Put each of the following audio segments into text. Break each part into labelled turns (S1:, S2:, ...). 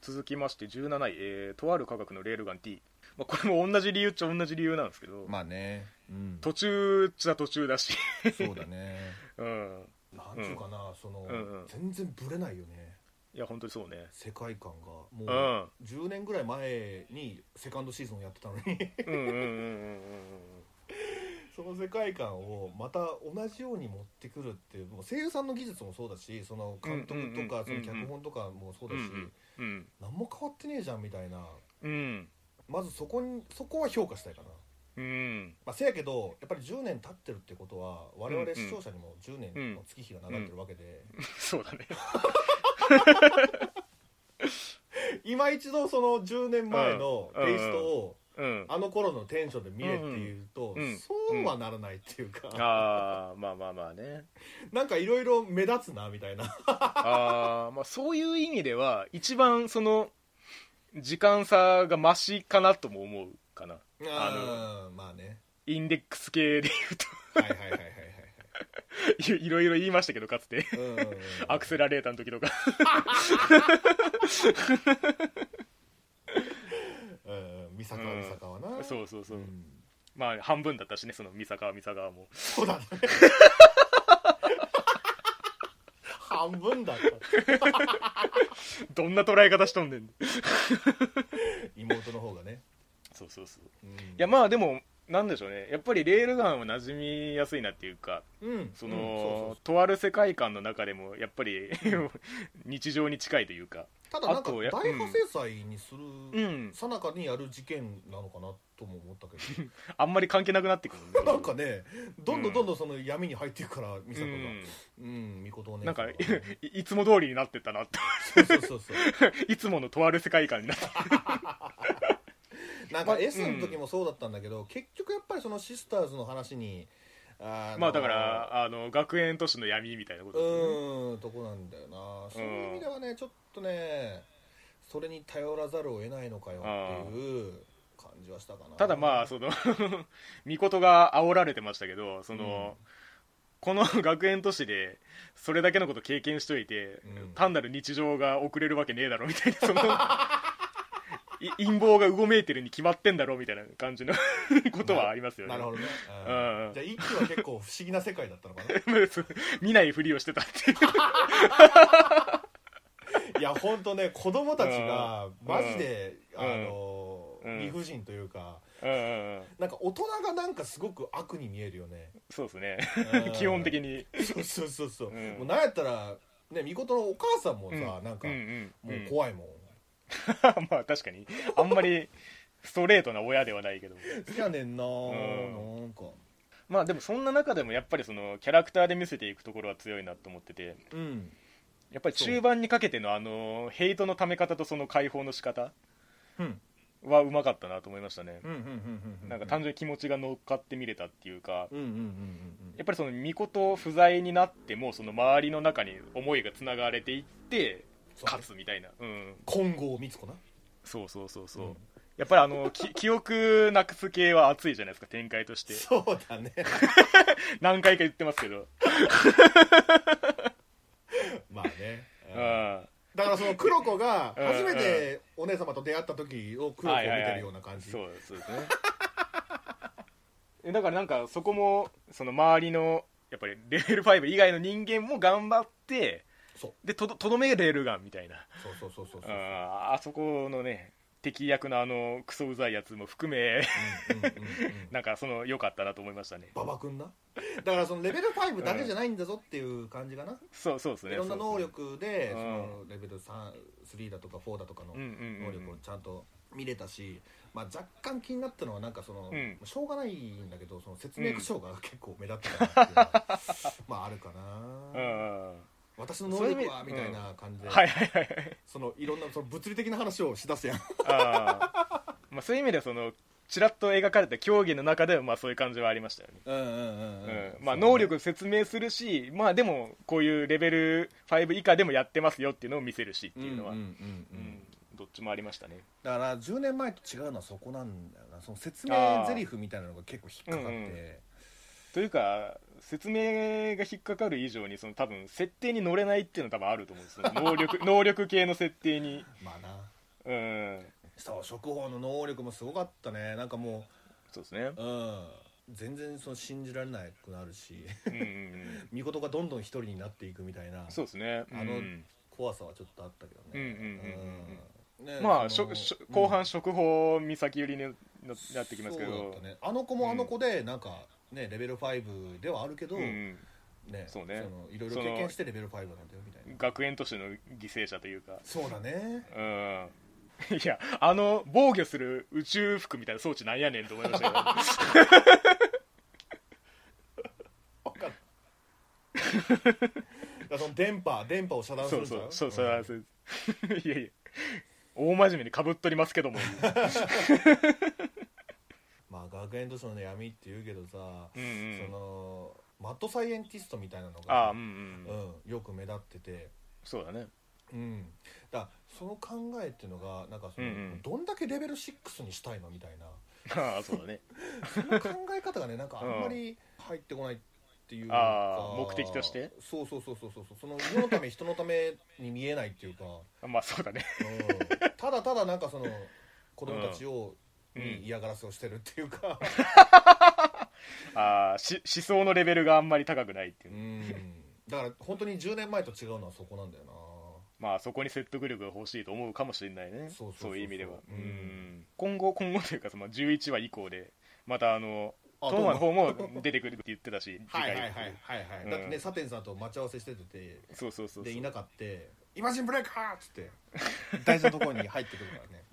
S1: 続きまして17位、えーとある科学のレールガン D、まあ、これも同じ理由っちゃ同じ理由なんですけど、
S2: まあね、うん、
S1: 途中っちゃ途中だ し、
S2: そう だね
S1: うん、
S2: なんていうかな、その、
S1: うんうん
S2: 全然ブレないよね
S1: いや本当にそうね
S2: 世界観がもう、
S1: うん
S2: 10年ぐらい前にセカンドシーズンをやってたのに
S1: うんうんうんうんうん
S2: その世界観をまた同じように持ってくるっていうもう声優さんの技術もそうだしその監督とか
S1: うん
S2: そ
S1: うんうんう
S2: の
S1: ん
S2: 脚本とかもそう
S1: う
S2: だし、
S1: んうん
S2: 何も変わってねえじゃんみたいな
S1: うん
S2: まずそこにそこは評価したいかな、
S1: うん
S2: まあ、せやけどやっぱり10年経ってるってことは我
S1: うんう
S2: 々
S1: ん
S2: 視聴者にも10年の月日が流れてるわけで、
S1: そうだね
S2: 今一度その10年前のテイストを
S1: うん
S2: あの頃のテンションで見れっていうと、
S1: うんうん
S2: そうはならないっていうか、
S1: ああまあまあまあね
S2: なんかいろいろ目立つなみ たいな
S1: あーまあそういう意味では一番その時間差がマシかなとも思うかな
S2: あまあね
S1: インデックス系で
S2: はいはいはいはい
S1: 言うといろいろ言いましたけどかつ て
S2: はい、うん、
S1: アクセラレーターの時とか
S2: うん三坂は三坂はな、う
S1: そうそうそう、
S2: ん
S1: まあ半分だったしねその三坂は三坂はも
S2: そうだね半分だっ
S1: どんな捉え方しとんねん
S2: た妹の方がね、
S1: そうそうそう
S2: うん、い
S1: いやまあでもなんでしょうねやっぱりレールガンは馴染みやすいなっていうか
S2: うん
S1: そ
S2: うんそうそう
S1: のとある世界観の中でもやっぱり 日常に近いというか
S2: ただなん
S1: あ
S2: か
S1: とや
S2: 大破制裁にす
S1: う
S2: る
S1: ん
S2: さなかにやる事件なのかなとも思ったけ
S1: あんまり関係なく なってくるね
S2: ど なんかねどんどんどんどんその闇に入っていくから美
S1: う
S2: 里が
S1: ん
S2: うん美琴お姉
S1: な
S2: さ
S1: んか
S2: が
S1: い いつも通りになってったなって
S2: そうそうそうそう
S1: いつものとある世界観になって
S2: なん
S1: まあ
S2: か S の時もそうだったんだけど、結局やっぱりそのシスターズの話にあの
S1: まあだからあの学園都市の闇みたいなこ
S2: う
S1: とですよね
S2: ーんとこなんだよなそういう意味ではねちょっとねそれに頼らざるを得ないのかよっていう感じはしたかな
S1: ただまあその みことが煽られてましたけどその、この学園都市でそれだけのこと経験しといて、
S2: うん
S1: 単なる日常が遅れるわけねえだろみたいなそのい 陰謀がうごめいてるに決まってんだろみたいな感じの ことはありますよね
S2: なるほどね、う
S1: うん
S2: ん、じゃあ一期は結構不思議な世界だったのか
S1: 見ないふりをしてたっていう
S2: ないやほんとね子供たちが
S1: うん
S2: マジで、
S1: うん
S2: あの、
S1: うん
S2: 理不尽というか
S1: うんうんうん
S2: なんか大人がなんかすごく悪に見えるよね、
S1: そうですね
S2: うん
S1: 基本的に
S2: そうそうそうそう、
S1: うん
S2: もうなんやったらねみことのお母さんもさ、なんか、
S1: うんうん
S2: も
S1: う
S2: うん怖いもん、
S1: まあ確かにあんまりストレートな親ではないけど
S2: 好きやねんな、
S1: ん
S2: なんか
S1: まあでもそんな中でもやっぱりそのキャラクターで見せていくところは強いなと思ってて
S2: うん
S1: やっぱり中盤にかけてのあのヘイトのため方とその解放の仕方
S2: うん
S1: はうまかったなと思いましたね
S2: うんうんうんう
S1: なんか単純に気持ちが乗っかって見れたっていうか
S2: うんうんうん
S1: やっぱりその巫女と不在になってもその周りの中に思いがつながれていって勝つみたいなうん
S2: うんうん金剛美津子な
S1: そうそうそうそう、
S2: うん
S1: やっぱりあのき 記憶なくす系は熱いじゃないですか展開として
S2: そうだね
S1: 何回か言ってますけど、
S2: まあね
S1: うん、
S2: うん
S1: は
S2: だからその黒子が
S1: うん
S2: 初めてお姉様と出会った時を
S1: い
S2: 黒子を
S1: は
S2: 見
S1: いは
S2: て
S1: い
S2: るような感じ
S1: そうそうですね えだからなんかそこもその周りのやっぱりレベル5以外の人間も頑張って
S2: そう
S1: でとどとどめレールガンみたいな
S2: そうそうそうそう
S1: う
S2: そ
S1: ん
S2: う
S1: あそこのね敵役のあのクソうざいやつも含め
S2: うんうんうんうん
S1: なんかその良かったなと思いましたね
S2: 馬場くんなだからそのレベル5だけじゃないんだぞっていう感じかな
S1: そうそうですね
S2: いろんな能力で
S1: う
S2: そ
S1: ん
S2: のレベル3だとか4だとか
S1: そ
S2: の
S1: うそううんうんうん
S2: 能力をちゃんと見れたし、まあ、若干気になったのはなんかその、
S1: うん
S2: しょうがないんだけどその説明書が結構目立ってたなっていうのはまあある か
S1: う
S2: な、
S1: んうん
S2: 私の能力は
S1: そういう意味
S2: みたいな感じで、
S1: はいはいはい
S2: そのいろんなその物理的な話をしだすやん
S1: あーまあそういう意味ではそのちらっと描かれた競技の中ではまあそういう感じはありましたよね、
S2: うんうんうん
S1: う
S2: うんん、
S1: まあ、能力説明するし、まあ、でもこういうレベル5以下でもやってますよっていうのを見せるしっていうのは、
S2: んんん
S1: う
S2: うん
S1: んどっちもありましたね
S2: だから10年前と違うのはそこなんだよなその説
S1: あ
S2: 明
S1: ー
S2: ゼリフみたいなのが結構引っかかって、
S1: というか説明が引っかかる以上にその多分設定に乗れないっていうのは多分あると思うんです よ能力能力系の設定に
S2: まあな
S1: うん
S2: そう職法の能力もすごかったねなんかも
S1: そうですね
S2: ううん全然その信じられなくなるし
S1: うんうん
S2: 巫女がどんどん一人になっていくみたいな
S1: そうですねうん
S2: あの怖さはちょっとあったけどね
S1: うんうんうん
S2: うんね
S1: まあし
S2: そ
S1: ょ
S2: の
S1: しょ
S2: うん
S1: 後半食法岬寄りにななってきますけ
S2: そうだ
S1: ど
S2: ったねあの子もあの子でなんかねレベル5ではあるけど、
S1: うんう
S2: ね
S1: んそうね
S2: のいろいろ経験してレベル5なんだよみたいな
S1: 学園都市の犠牲者というか
S2: そうだね
S1: うんいやあの防御する宇宙服みたいな装置なんやねんと思いましたけど
S2: だからその電波電波を遮断す
S1: そ
S2: る
S1: うん
S2: だ
S1: そ
S2: よ
S1: うそうそうそういやいや大真面目にかぶっとりますけ ども
S2: まあ学園都市の、ね、闇って言うけどさ、
S1: うんうん
S2: そのマッドサイエンティストみたいなの
S1: ああ
S2: が
S1: うんうん、
S2: うん、よく目立ってて
S1: そうだね
S2: うんだからその考えっていうのがなんかその、
S1: うんうん
S2: どんだけレベル6にしたいのみたいな
S1: ああそうだね
S2: その考え 方がねなんかあんまり入ってこないっていうか
S1: あー目的として
S2: そうそうそうそうそうその世 のため人のために見えないっていうか、
S1: まあそうだね
S2: うん、 ただただなんかその子供たちを、
S1: うん
S2: に嫌がらせをしてるっていうか、
S1: ああし思想のレベルがあんまり高くないっていうう、
S2: ん、だから本当に10年前と違うのはそこなんだよな
S1: まあそこに説得力が欲しいと思うかもしれないね
S2: そうそうそうそう
S1: いう意味では、
S2: うん
S1: うん今後 今後というかその11話以降でまたあの
S2: あ
S1: トーマの方も出てくるって言ってたし
S2: はいはいはい
S1: 次
S2: はい
S1: 回
S2: はい、
S1: うん
S2: だってねサテンさんと待ち合わせしてて
S1: そうそうそうそう、
S2: でいなかって「イマジンブレイカー!」っつって大事なところに入ってくるからね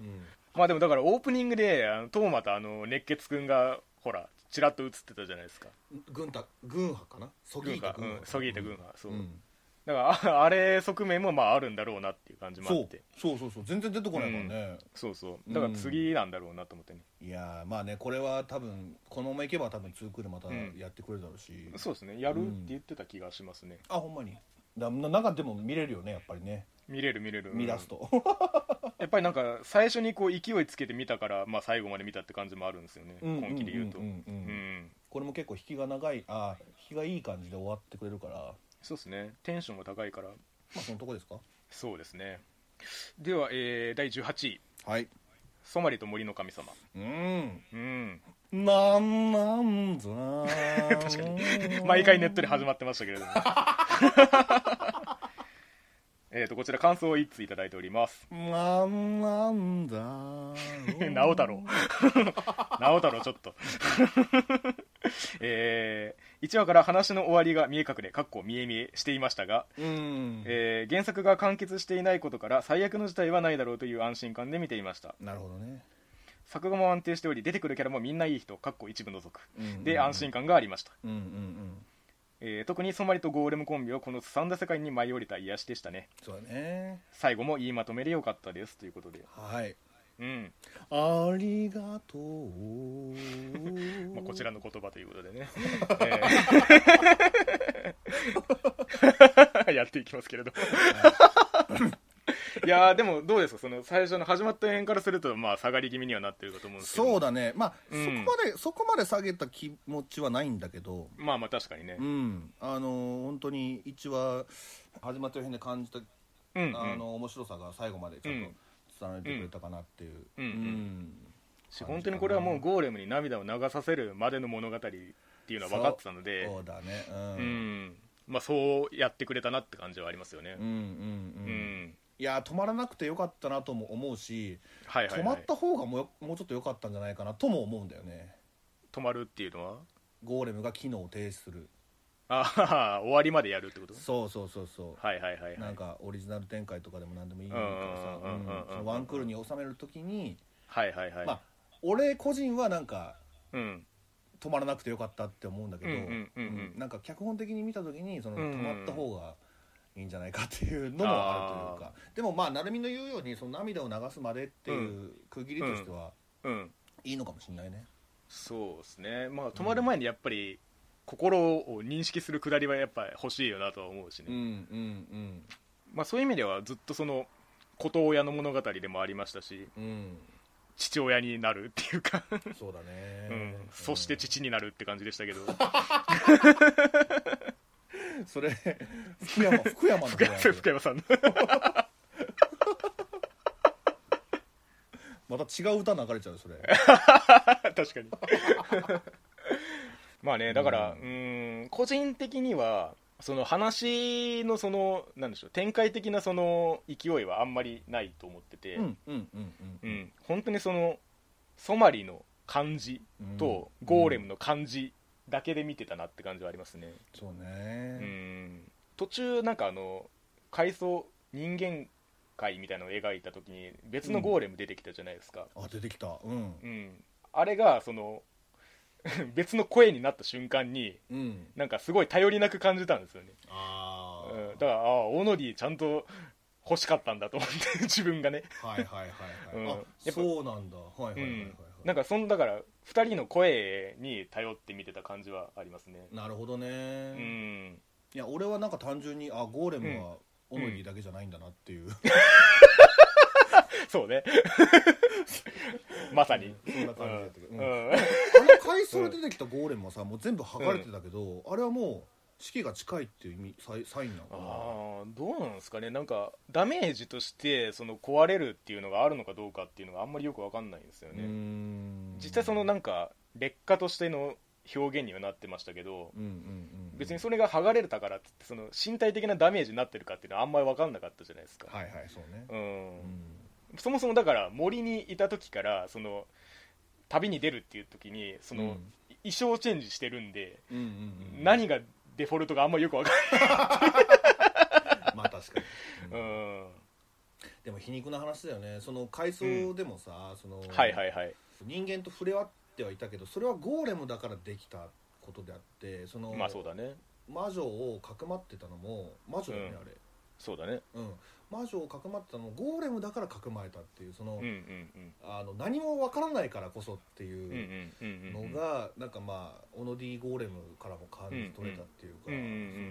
S1: うん
S2: うん、
S1: まあでもだからオープニングであのトーマとあの熱血くんがほらちらっと映ってたじゃないですか
S2: 軍た軍派かなソ
S1: 軍
S2: ギータ
S1: が
S2: 軍派
S1: そぎいた軍がそう、
S2: うん
S1: だからああれ側面もまああるんだろうなっていう感じもあ
S2: そ
S1: っ
S2: う
S1: て
S2: そうそうそう全然出てこないからね、
S1: そうそうだから次なんだろうなと思ってね、
S2: いやーまあねこれは多分このままいけば多分2クールまた
S1: うん
S2: やってくれるだろうし、
S1: そうですねやるって言ってた気がしますね、
S2: あほんまにだななんかでも見れるよねやっぱりね
S1: 見れる見れる
S2: 見出すと、
S1: やっぱりなんか最初にこう勢いつけて見たから、まあ、最後まで見たって感じもあるんですよね、
S2: うん
S1: 本気で言うと、
S2: う
S1: うんん
S2: うんうんうんこれも結構引きが長いあー引きがいい感じで終わってくれるからま
S1: そうですねテンションが高いから
S2: あそのとこですか
S1: そうですねでは、えー第18位
S2: はい
S1: 「ソマリと森の神様
S2: うん」
S1: うん
S2: なんなんぞ
S1: 確かに 毎回ネットで始まってましたけれども えーとこちら感想を1通いただいております
S2: なんなんだ
S1: 直太郎直太郎ちょっと え1話から話の終わりが見え隠れかっこ見え見えしていましたが、
S2: うん
S1: えー原作が完結していないことから最悪の事態はないだろうという安心感で見ていました
S2: なるほどね
S1: 作画も安定しており出てくるキャラもみんないい人かっこ一部除くで安心
S2: 感
S1: 感がありました、
S2: うんうんうん
S1: えー特にソマリとゴーレムコンビはこのすさんだ世界に舞い降りた癒しでしたね
S2: そうだね
S1: 最後もいいまとめでよかったですということで
S2: はい
S1: うん、
S2: ありがとう
S1: まあ、こち
S2: ら
S1: らの言葉ということでね、えー やっていきますけれどいやーでもどうですかその最初の始まった辺からするとまあ下がり気味にはなってるかと思うんですけど
S2: そうだねまあ、
S1: うん
S2: そこまでそこまで下げた気持ちはないんだけど
S1: まあまあ確かにね
S2: うんあのー本当に一話始まってる辺で感じた、
S1: うん、うん
S2: あの面白さが最後までちゃん
S1: うん
S2: と伝われてくれたかなっていう
S1: うんうん
S2: うん
S1: 本当にこれはもうゴーレムに涙を流させるまでの物語っていうのは分かってたので
S2: そうだね
S1: う
S2: うん
S1: んまあそうやってくれたなって感じはありますよね
S2: うんうん
S1: う
S2: うん
S1: ん
S2: いやー止まらなくてよかったなとも思うし、
S1: はいはい、
S2: 止ま
S1: は
S2: っ
S1: い、
S2: た方がもうよもうちょっと良かったんじゃないかなとも思うんだよね
S1: 止まるっていうのは
S2: ゴーレムが機能を停止する
S1: ああ終わりまでやるってこと
S2: そうそうそうそう、
S1: はいはいはいは
S2: なん
S1: い
S2: かオリジナル展開とかでも何でもいいから
S1: う
S2: さ
S1: んうんうんうんうん
S2: うんそのワンクールに収めるときに、
S1: はいはいはい、
S2: まあ俺個人はなんか
S1: うん
S2: 止まらなくてよかったって思うんだけど、
S1: うんうんうんうん
S2: なんか脚本的に見たときにその
S1: うんうん
S2: 止まった方がいいんじゃないかっていうのもあるというか、でもまあ成海の言うようにその涙を流すまでっていう区切りとしては
S1: うん
S2: いいのかもしれないね、
S1: そうですねまあ止まる前にやっぱり心を認識するくだりはやっぱり欲しいよなとは思うしね、
S2: うんうん
S1: まあそういう意味ではずっとその琴親の物語でもありましたし
S2: うんうん
S1: 父親になるっていうか、
S2: そうだね、
S1: うん、そして父になるって感じでしたけ ど
S2: うんそれ福山福山の
S1: 福山
S2: 方や
S1: 福山さんの
S2: また違う歌流れちゃうよ それ
S1: 確かに まあねだからう
S2: うん
S1: ん個人的にはその話のそのなんでしょう展開的なその勢いはあんまりないと思ってて、
S2: うんうんうん
S1: う
S2: うん
S1: 本当にそのソマリの感じ
S2: ん
S1: とゴーレムの感じだけで見てたなって感じはありますね、
S2: そう
S1: うん
S2: ね
S1: 途中なんかあの階層人間界みたいなのを描いた時に別のゴーレム出てきたじゃないですか、
S2: あ出てきたうん
S1: うん、あれがその 別の声になった瞬間に
S2: うん
S1: なんかすごい頼りなく感じたんですよね、
S2: あ
S1: うん、だか
S2: あ
S1: らああオノリーちゃんと欲しかったんだと思って 自分がね
S2: はいはいはいはい、
S1: うん
S2: あ
S1: やっぱ
S2: そうなんだはいはいはいはい、はい
S1: なんかそんだから2人の声に頼って見てた感じはありますね
S2: なるほどね、
S1: うん
S2: いや俺はなんか単純にあゴーレムはオノギーだけじゃないんだなっていう、
S1: そうね まさに
S2: そんな
S1: う
S2: 感じだっ
S1: ん
S2: たけど、
S1: う
S2: うんんあの階層で出てきたゴーレムはさもう全部剥がれてたけど、あれはもう四季が近いっていう意味サイサインなのかな
S1: あーどうなんですかねなんかダメージとしてその壊れるっていうのがあるのかどうかっていうのがあんまりよくわかんないんですよ
S2: うー
S1: ね、
S2: ん
S1: 実際そのなんか劣化としての表現にはなってましたけど
S2: うんうんうんうん
S1: 別にそれが剥がれたからってってその身体的なダメージになってるかっていうのはあんまり分かんなかったじゃないですか、
S2: はいはいそうね
S1: う
S2: うんん
S1: そもそもだから森にいた時からその旅に出るっていう時にその、
S2: うん
S1: 衣装チェンジしてるんで、
S2: うんうんうん
S1: 何がデフォルトがあんまりよく分かん
S2: まあ確か
S1: な
S2: に、う
S1: んい、うん
S2: でも皮肉な話だよねその階層でもさ、その
S1: はいはいはい
S2: 人間と触れ合ってはいたけどそれはゴーレムだからできたことであってその、
S1: まあそうだね
S2: 魔女をかくまってたのも魔女だよね、
S1: うん
S2: あれ
S1: そうだね
S2: うん、魔女をかくまってたのもゴーレムだからかくまえたっていうその,、
S1: うんうんうん
S2: あの何もわからないからこそって
S1: うんう
S2: いうん
S1: うんうん
S2: のが、なんかまあオノディ・ゴーレムからも感じ取れたっていうか、
S1: うんうん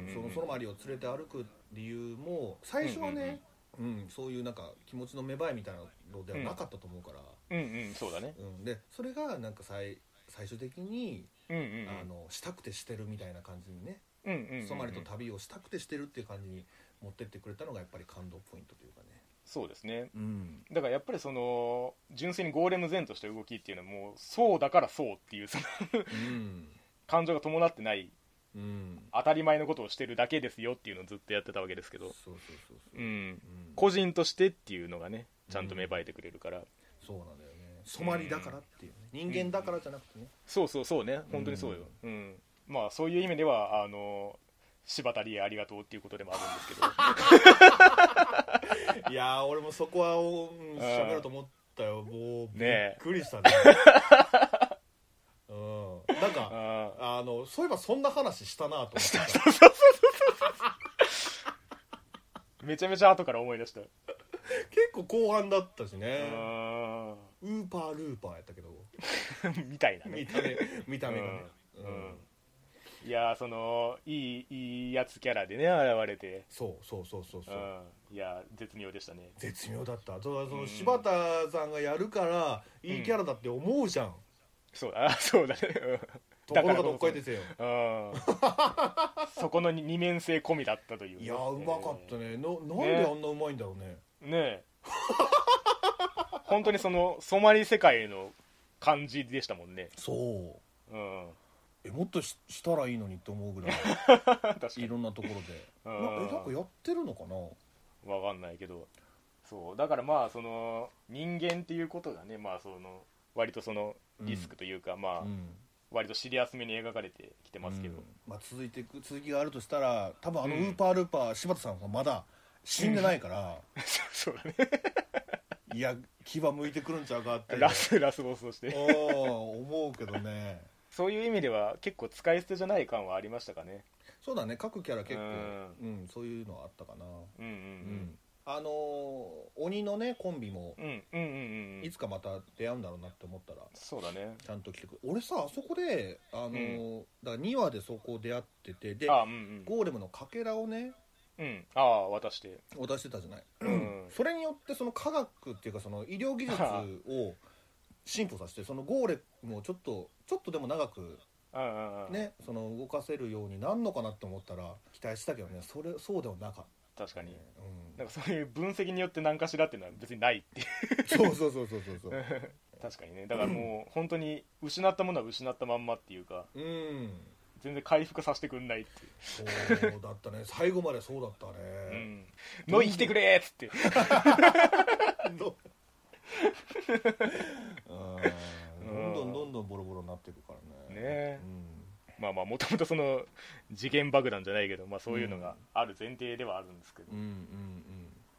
S1: うん
S2: そのそのマリを連れて歩く理由も最初はね、うんそういうなんか気持ちの芽生えみたいなのではなかったと思うから、
S1: うんうんそうだね
S2: うんでそれがなんか最最終的に、
S1: うんうん
S2: あのしたくてしてるみたいな感じにね
S1: うんうんうんうん
S2: ソマリと旅をしたくてしてるっていう感じに持ってってくれたのがやっぱり感動ポイントというかね
S1: そうですね
S2: うん
S1: だからやっぱりその純粋にゴーレム前とした動きっていうのはもうそうだからそうっていうそ の
S2: うん、
S1: 感情が伴ってない
S2: うん、
S1: 当たり前のことをしてるだけですよっていうのをずっとやってたわけですけ
S2: そう
S1: ど、
S2: そうそうそうう、
S1: ん、
S2: うん
S1: 個人としてっていうのがねちゃんと芽生えてくれるから、
S2: そうなんだよねソマリだからっていうね人間だからじゃなくてね、
S1: そうそうそうね本当にそうよ、うんまあそういう意味ではあの柴田理恵ありがとうっていうことでもあるんです けど
S2: いやー俺もそこはうん喋ろうと思ったよもうび
S1: ねえ
S2: っくりしたねうんなんか
S1: あ
S2: あのそういえばそんな話したなと思ってた
S1: ーめちゃめちゃ後から思い出した
S2: 結構後半だったしね
S1: あ
S2: ウーパールーパーや ったけど
S1: ーみたいなね
S2: 見た目見た目がね、
S1: うん
S2: うん
S1: いやーそのいいいいやつキャラでね現れて
S2: そうそうそうそうそううん
S1: いやー絶妙でしたね
S2: 絶妙だったそうそ
S1: うん
S2: の柴田さんがやるからいいキャラだって思うじゃん、
S1: そう あそうだね
S2: ところがどっか
S1: こ
S2: いですよ
S1: うんそこの二面性込みだったという
S2: いやーうまかったねのなんであんなうまいんだろうね
S1: ねえ本当にそのソマリ世界の感じでしたもんね
S2: そ
S1: う
S2: う
S1: ん
S2: えもっとししたらいいのにって思うぐらい
S1: 確かに
S2: いろんなところで
S1: うん
S2: なえなんかやってるのかな
S1: わかんないけどそうだからまあその人間っていうことがねまあその割とそのリスクというか、まあ
S2: うん
S1: 割とシリアスめに描かれてきてますけど、
S2: うんまあ、続いていく続きがあるとしたら多分あの
S1: う
S2: ウ
S1: ん
S2: ーパールーパー柴田さんがまだ死んでないから、
S1: そうだね
S2: いや牙向いてくるんちゃうかって
S1: ラスラスボスとして
S2: おー思うけどね
S1: そういう意味では結構使い捨てじゃない感はありましたかね
S2: そうだね各キャラ結構、
S1: う
S2: うんそういうのはあったかな、
S1: うんう
S2: うん
S1: ん
S2: あのー鬼のねコンビも
S1: うんうんうんうんうん
S2: いつかまた出会うんだろうなって思ったら
S1: そうだね
S2: ちゃんと来てくる俺さあそこで、あのーだから2話でそこ出会っててで
S1: あうん
S2: ゴーレムのかけらをね
S1: うんうんああ渡して
S2: 渡してたじゃない
S1: うん
S2: それによってその科学っていうかその医療技術を進歩させてそのゴーレもちょっとちょっとでも長く
S1: うんうん、、
S2: ねその動かせるようになんのかなって思ったら期待したけどねそれそうではなかっ
S1: 確か
S2: たね
S1: に、なんかそういう分析によって何かしらっていうのは別にないっていう
S2: うん、そうそうそうそうそうそう
S1: 確かにねだからもう本当に失ったものは失ったまんまっていうか
S2: うん
S1: 全然回復させてくんないってい
S2: そうだったね最後までそうだった
S1: う、う
S2: ね、
S1: ん、ノイ来てくれーっつって
S2: ど うんどんどんどんボロボロになっていくからね
S1: ね
S2: うん
S1: まあまあもともとその次元爆弾じゃないけど、まあ、そういうのがある前提ではあるんですけど
S2: うんうんうん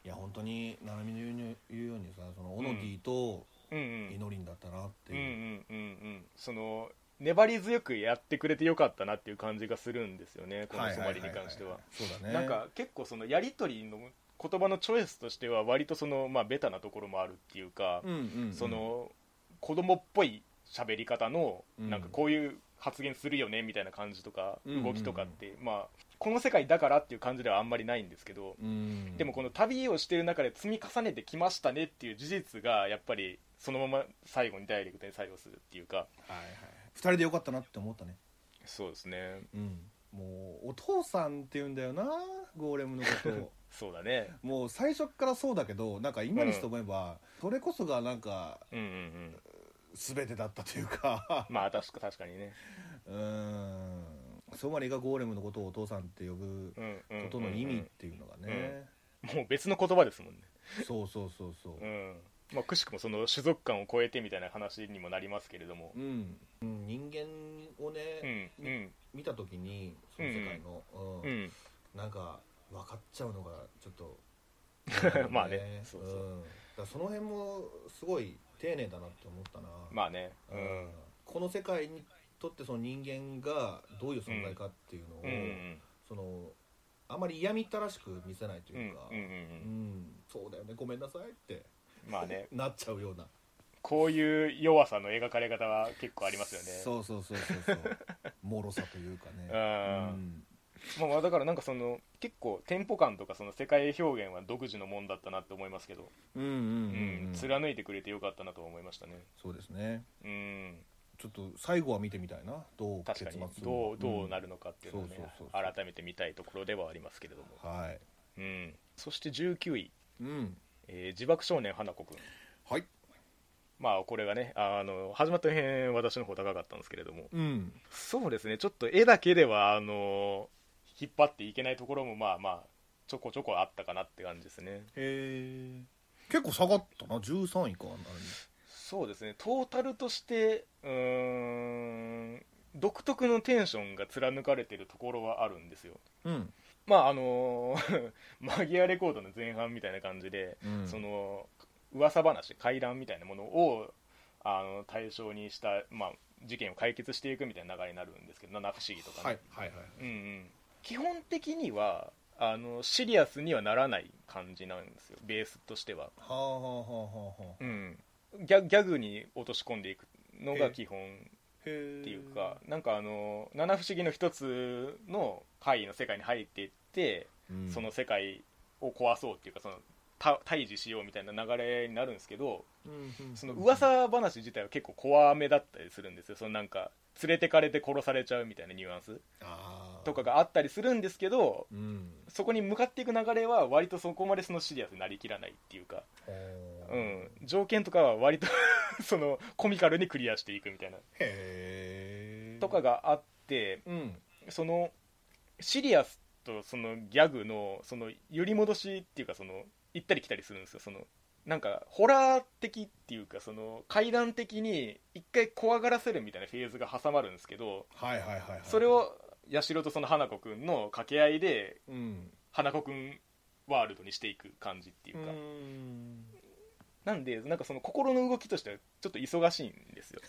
S2: いや本当に七海の言うに言うようにさそのオノティと
S1: うんう
S2: イ
S1: ん
S2: ノリンだったなって
S1: うんうんう
S2: い
S1: ん
S2: う、
S1: うんその粘り強くやってくれてよかったなっていう感じがするんですよねこの
S2: はい
S1: ソ
S2: はい
S1: マ
S2: はい
S1: リに関しては
S2: そうだね
S1: なんか結構そのやり取りの言葉のチョイスとしては割とそのまあベタなところもあるっていうか、
S2: うんうんうん
S1: その子供っぽい喋り方の
S2: うん
S1: なんかこういう発言するよねみたいな感じとか
S2: うん
S1: 動きとかって、まあこの世界だからっていう感じではあんまりないんですけど、
S2: うん
S1: でもこの旅をしてる中で積み重ねてきましたねっていう事実がやっぱりそのまま最後にダイレクトに作用するっていうか
S2: はいはい二人でよかったなって思ったね
S1: そうですね
S2: うんもうお父さんって言うんだよなゴーレムのこと を
S1: そうだね
S2: もう最初っからそうだけどなんか今にして思えば、それこそがなんか
S1: うんうんうん
S2: 全てだったという か
S1: まあ確か確かにね
S2: うんソマリがゴーレムのことをお父さんって呼ぶ
S1: うんうんうんうん
S2: ことの意味っていうのがね、
S1: もう別の言葉ですもんね
S2: そうそうそうそう
S1: うんまあくしくもその種族間を超えてみたいな話にもなりますけれども
S2: うん、うん人間を
S1: う
S2: ね、
S1: んうん
S2: 見た時にその世界の、うん
S1: うん
S2: なんか分かっちゃうのがちょっと
S1: まあねそうそう
S2: うんだからその辺もすごい丁寧だなって思ったな、
S1: まあねう
S2: うん
S1: ん
S2: この世界にとってその人間がどういう存在かっていうのを、
S1: うんうん
S2: そのあまり嫌みったらしく見せないと
S1: うんう
S2: いうんか、
S1: うんう
S2: うんんそうだよねごめんなさいって
S1: うんまあね
S2: なっちゃうような
S1: こういう弱さの描かれ方は結構ありますよね
S2: そうそうそうそうそう 脆さというかね
S1: うん
S2: ん
S1: まあまあだからなんかその結構テンポ感とかその世界表現は独自のもんだったなって思いますけど、
S2: うんうん
S1: うん
S2: うんうん
S1: 貫いてくれてよかったなとは思いましたね
S2: そうですね
S1: うん
S2: ちょっと最後は見てみたいなどう
S1: 確
S2: 結
S1: か
S2: 末
S1: に
S2: を
S1: どうどうな
S2: る、
S1: るのかっていうのをね
S2: そうそうそう
S1: 改めて見たいところではありますけれども、
S2: うんはい、
S1: うん、そして19位、
S2: うん、
S1: えー自爆少年花子くん」
S2: はい
S1: まあこれがねあの始まった辺私の方高かったんですけれども
S2: うん
S1: そうですねちょっと絵だけではあの引っ張っていけないところもまあまあちょこちょこあったかなって感じですね
S2: へえ結構下がったな13位かあ
S1: そうですねトータルとしてうーん独特のテンションが貫かれてるところはあるんですよ
S2: れうん、
S1: まああの マギアレコードの前半みたいな感じで、
S2: うん、
S1: その噂話怪談みたいなものをあの対象にした、まあ、事件を解決していくみたいな流れになるんですけど七不思議とか
S2: は
S1: ね、
S2: いはいはい
S1: うんうん、基本的にはあのシリアスにはならない感じなんですよベースとしては
S2: はあはあはあはあはあ
S1: うん、ギャギャグに落とし込んでいくの
S2: え
S1: が
S2: え
S1: 基本っ
S2: へえって
S1: いうか、なんかあの七不思議の一つの怪異の世界に入っていって、その、世界を壊そうっていうかそのた退治しようみたいな流れになるんですけど
S2: うんうん、
S1: その噂話自体は結構怖めだったりするんですよそのなんか連れてかれて殺されちゃうみたいなニュアンス
S2: あー
S1: とか、があったりするんですけど
S2: うん、
S1: そこに向かっていく流れは割とそこまでそのシリアスになりきらないっていうか
S2: ほ
S1: う
S2: ーへ
S1: ん、条件とかは割と そのコミカルにクリアしていくみたいな
S2: え
S1: とかがあって
S2: うん
S1: そのシリアスとそのギャグのその揺り戻しっていうかその行ったり来たりするんですよそのなんかホラー的っていうかその階段的に一回怖がらせるみたいなフェーズが挟まるんですけど
S2: はいはいはい、はい、
S1: それ、を八代とその花子くんの掛け合いで
S2: うん、
S1: 花子くんワールドにしていく感じっていうか、
S2: ん
S1: なんでなんかその心の動きとしてはちょっと忙しいんですよ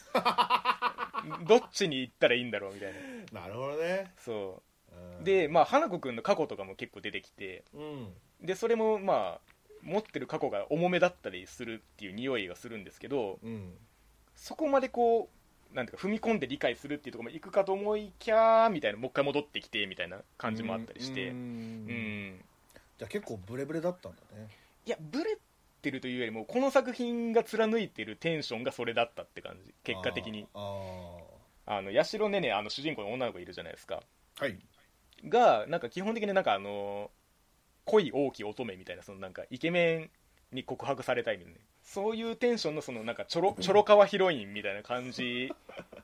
S1: どっちに行ったらいいんだろうみたいな
S2: なるほどね、
S1: そ
S2: うん
S1: うでまあ花子くんの過去とかも結構出てきて
S2: うん
S1: でそれもまあ持ってる過去が重めだったりするっていう匂いがするんですけど
S2: うん
S1: そこまでこうなんていうか踏み込んで理解するっていうところまで行くかと思いきゃーみたいなもう一回戻ってきてみたいな感じもあったりして
S2: うん
S1: うん
S2: じゃあ結構ブレブレだったんだね
S1: いやブレってるというよりもこの作品が貫いてるテンションがそれだったって感じ結果的に
S2: あー
S1: あの八代ねねあの主人公の女の子いるじゃないですか
S2: あーはい
S1: がなんか基本的になんかあの恋大きい乙女みたいなそのなんかイケメンに告白されたいみたいなそういうテンションのそのなんかちょろちょろかわヒロインみたいな感じ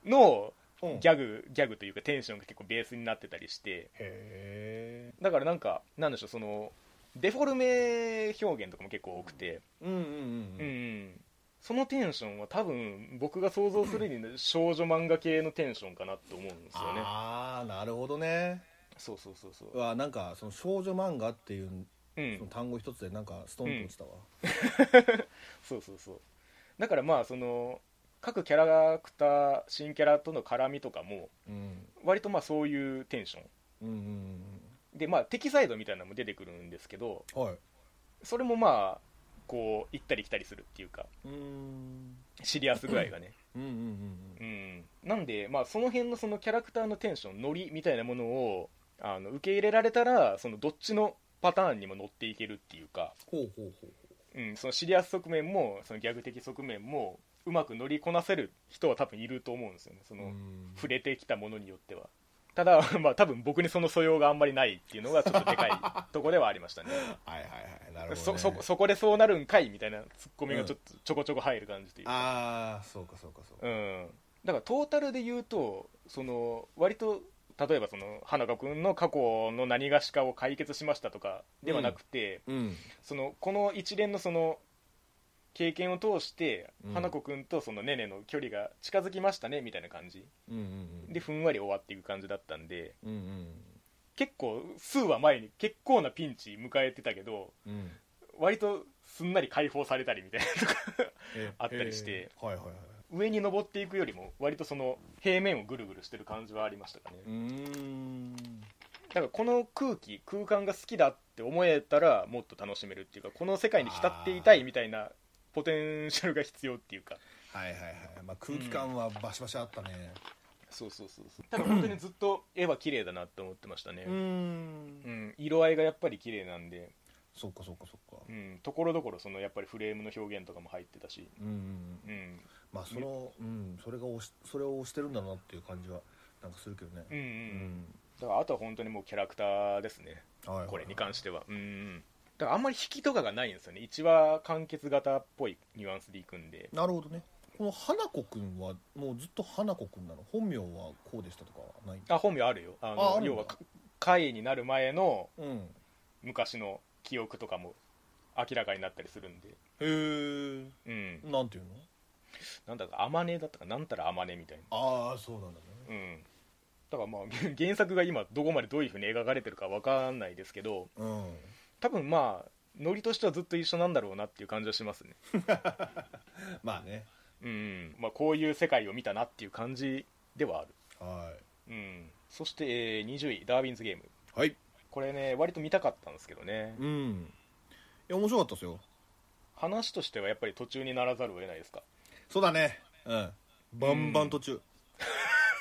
S1: の
S2: うん
S1: ギャグギャグというかテンションが結構ベースになってたりして
S2: へえ
S1: だからなんかなんでしょうそのデフォルメ表現とかも結構多くて、
S2: うんうん
S1: う
S2: うん
S1: うんんそのテンションは多分僕が想像するに少女漫画系のテンションかなと思うんですよね
S2: ああなるほどね
S1: そうそうそうそうう
S2: わなんかその少女漫画っていう
S1: う
S2: そ
S1: ん
S2: の単語一つでなんかストンと落ちたわ、
S1: そうそうそうだからまあその各キャラクター新キャラとの絡みとかも
S2: うん、
S1: 割とまあそういうテンショ
S2: うんうん
S1: ンでまあ敵サイドみたいなのも出てくるんですけど
S2: うんはい
S1: それもまあこう行ったり来たりするっていうか
S2: うん
S1: シリアス具合がね
S2: うんうん
S1: う
S2: うん
S1: んなんでまあその辺のそのキャラクターのテンションノリみたいなものをあの受け入れられたらそのどっちのパターンにも乗っていけるっていうか、
S2: ほうほうほう
S1: うん、そのシリアス側面もそのギャグ的側面もうまく乗りこなせる人は多分いると思うんですよねその、
S2: うん
S1: 触れてきたものによってはただ まあ多分僕にその素養があんまりないっていうのがちょっとでかいとこではありましたね
S2: はいはいはいなるほど、ね、
S1: そそそこでそうなるんかいみたいなツッコミがちょっとちょこちょこ入る感じというか、
S2: ああそうかそうかそうか、
S1: うん、だからトータルで言うとその割と例えばその花子くんの過去の何がしかを解決しましたとかではなくて、
S2: うん、
S1: そのこの一連のその経験を通して、
S2: うん
S1: 花子くんとそのねねの距離が近づきましたねみたいな感じ
S2: うんうんうん
S1: でふんわり終わっていく感じだったんで、
S2: うんうん
S1: 結構数は前に結構なピンチ迎えてたけど
S2: うん
S1: 割とすんなり解放されたりみたいな とか
S2: え
S1: あったりして
S2: えーはいはいはい
S1: 上に登っていくよりも割とその平面をぐるぐるしてる感じはありましたかね
S2: うーん
S1: だからこの空気空間が好きだって思えたらもっと楽しめるっていうかこの世界に浸っていたいみたいなポテンシャルが必要っていうか
S2: はいはいはい、まあ、空気感はバシバシあったね
S1: そうそうそうそうただ本当にずっと絵は綺麗だなって思ってましたね
S2: うーん
S1: うん、色合いがやっぱり綺麗なんで、
S2: そっかそっかそっか
S1: うん、ところどころそのやっぱりフレームの表現とかも入ってたし、
S2: うんうんうん
S1: うん、
S2: まあそのうんそれが推しそれを推してるんだなっていう感じはなんかするけどね
S1: うんうんう
S2: う
S1: んだからあとは本当にもうキャラクターですね
S2: はいはいはい
S1: これに関してはうんうんだからあんまり引きとかがないんですよね1話完結型っぽいニュアンスでいくんで
S2: なるほどねこの花子くんはもうずっと花子くんなの本名はこうでしたとかはない
S1: あ本名あるよあの
S2: ああるんだ
S1: 要は会になる前の
S2: うんへ
S1: 昔の記憶とかも明らかになったりするんで
S2: え
S1: うん
S2: なんていうの
S1: なんだか「あまね」だったかなんたら「あまね」みたいな
S2: ああそうなんだね
S1: うんだからまあ 原作が今どこまでどういうふうに描かれてるかわかんないですけど
S2: うん
S1: 多分まあノリとしてはずっと一緒なんだろうなっていう感じはしますね
S2: まあね
S1: うんまあ、こういう世界を見たなっていう感じではある、
S2: は
S1: うん、そして、えー20位ダーウィンズゲーム
S2: いはい
S1: これね割と見たかったんですけどね
S2: うんいや面白かったですよ
S1: 話としてはやっぱり途中にならざるを得ないです か
S2: そうだねうんバンバン途中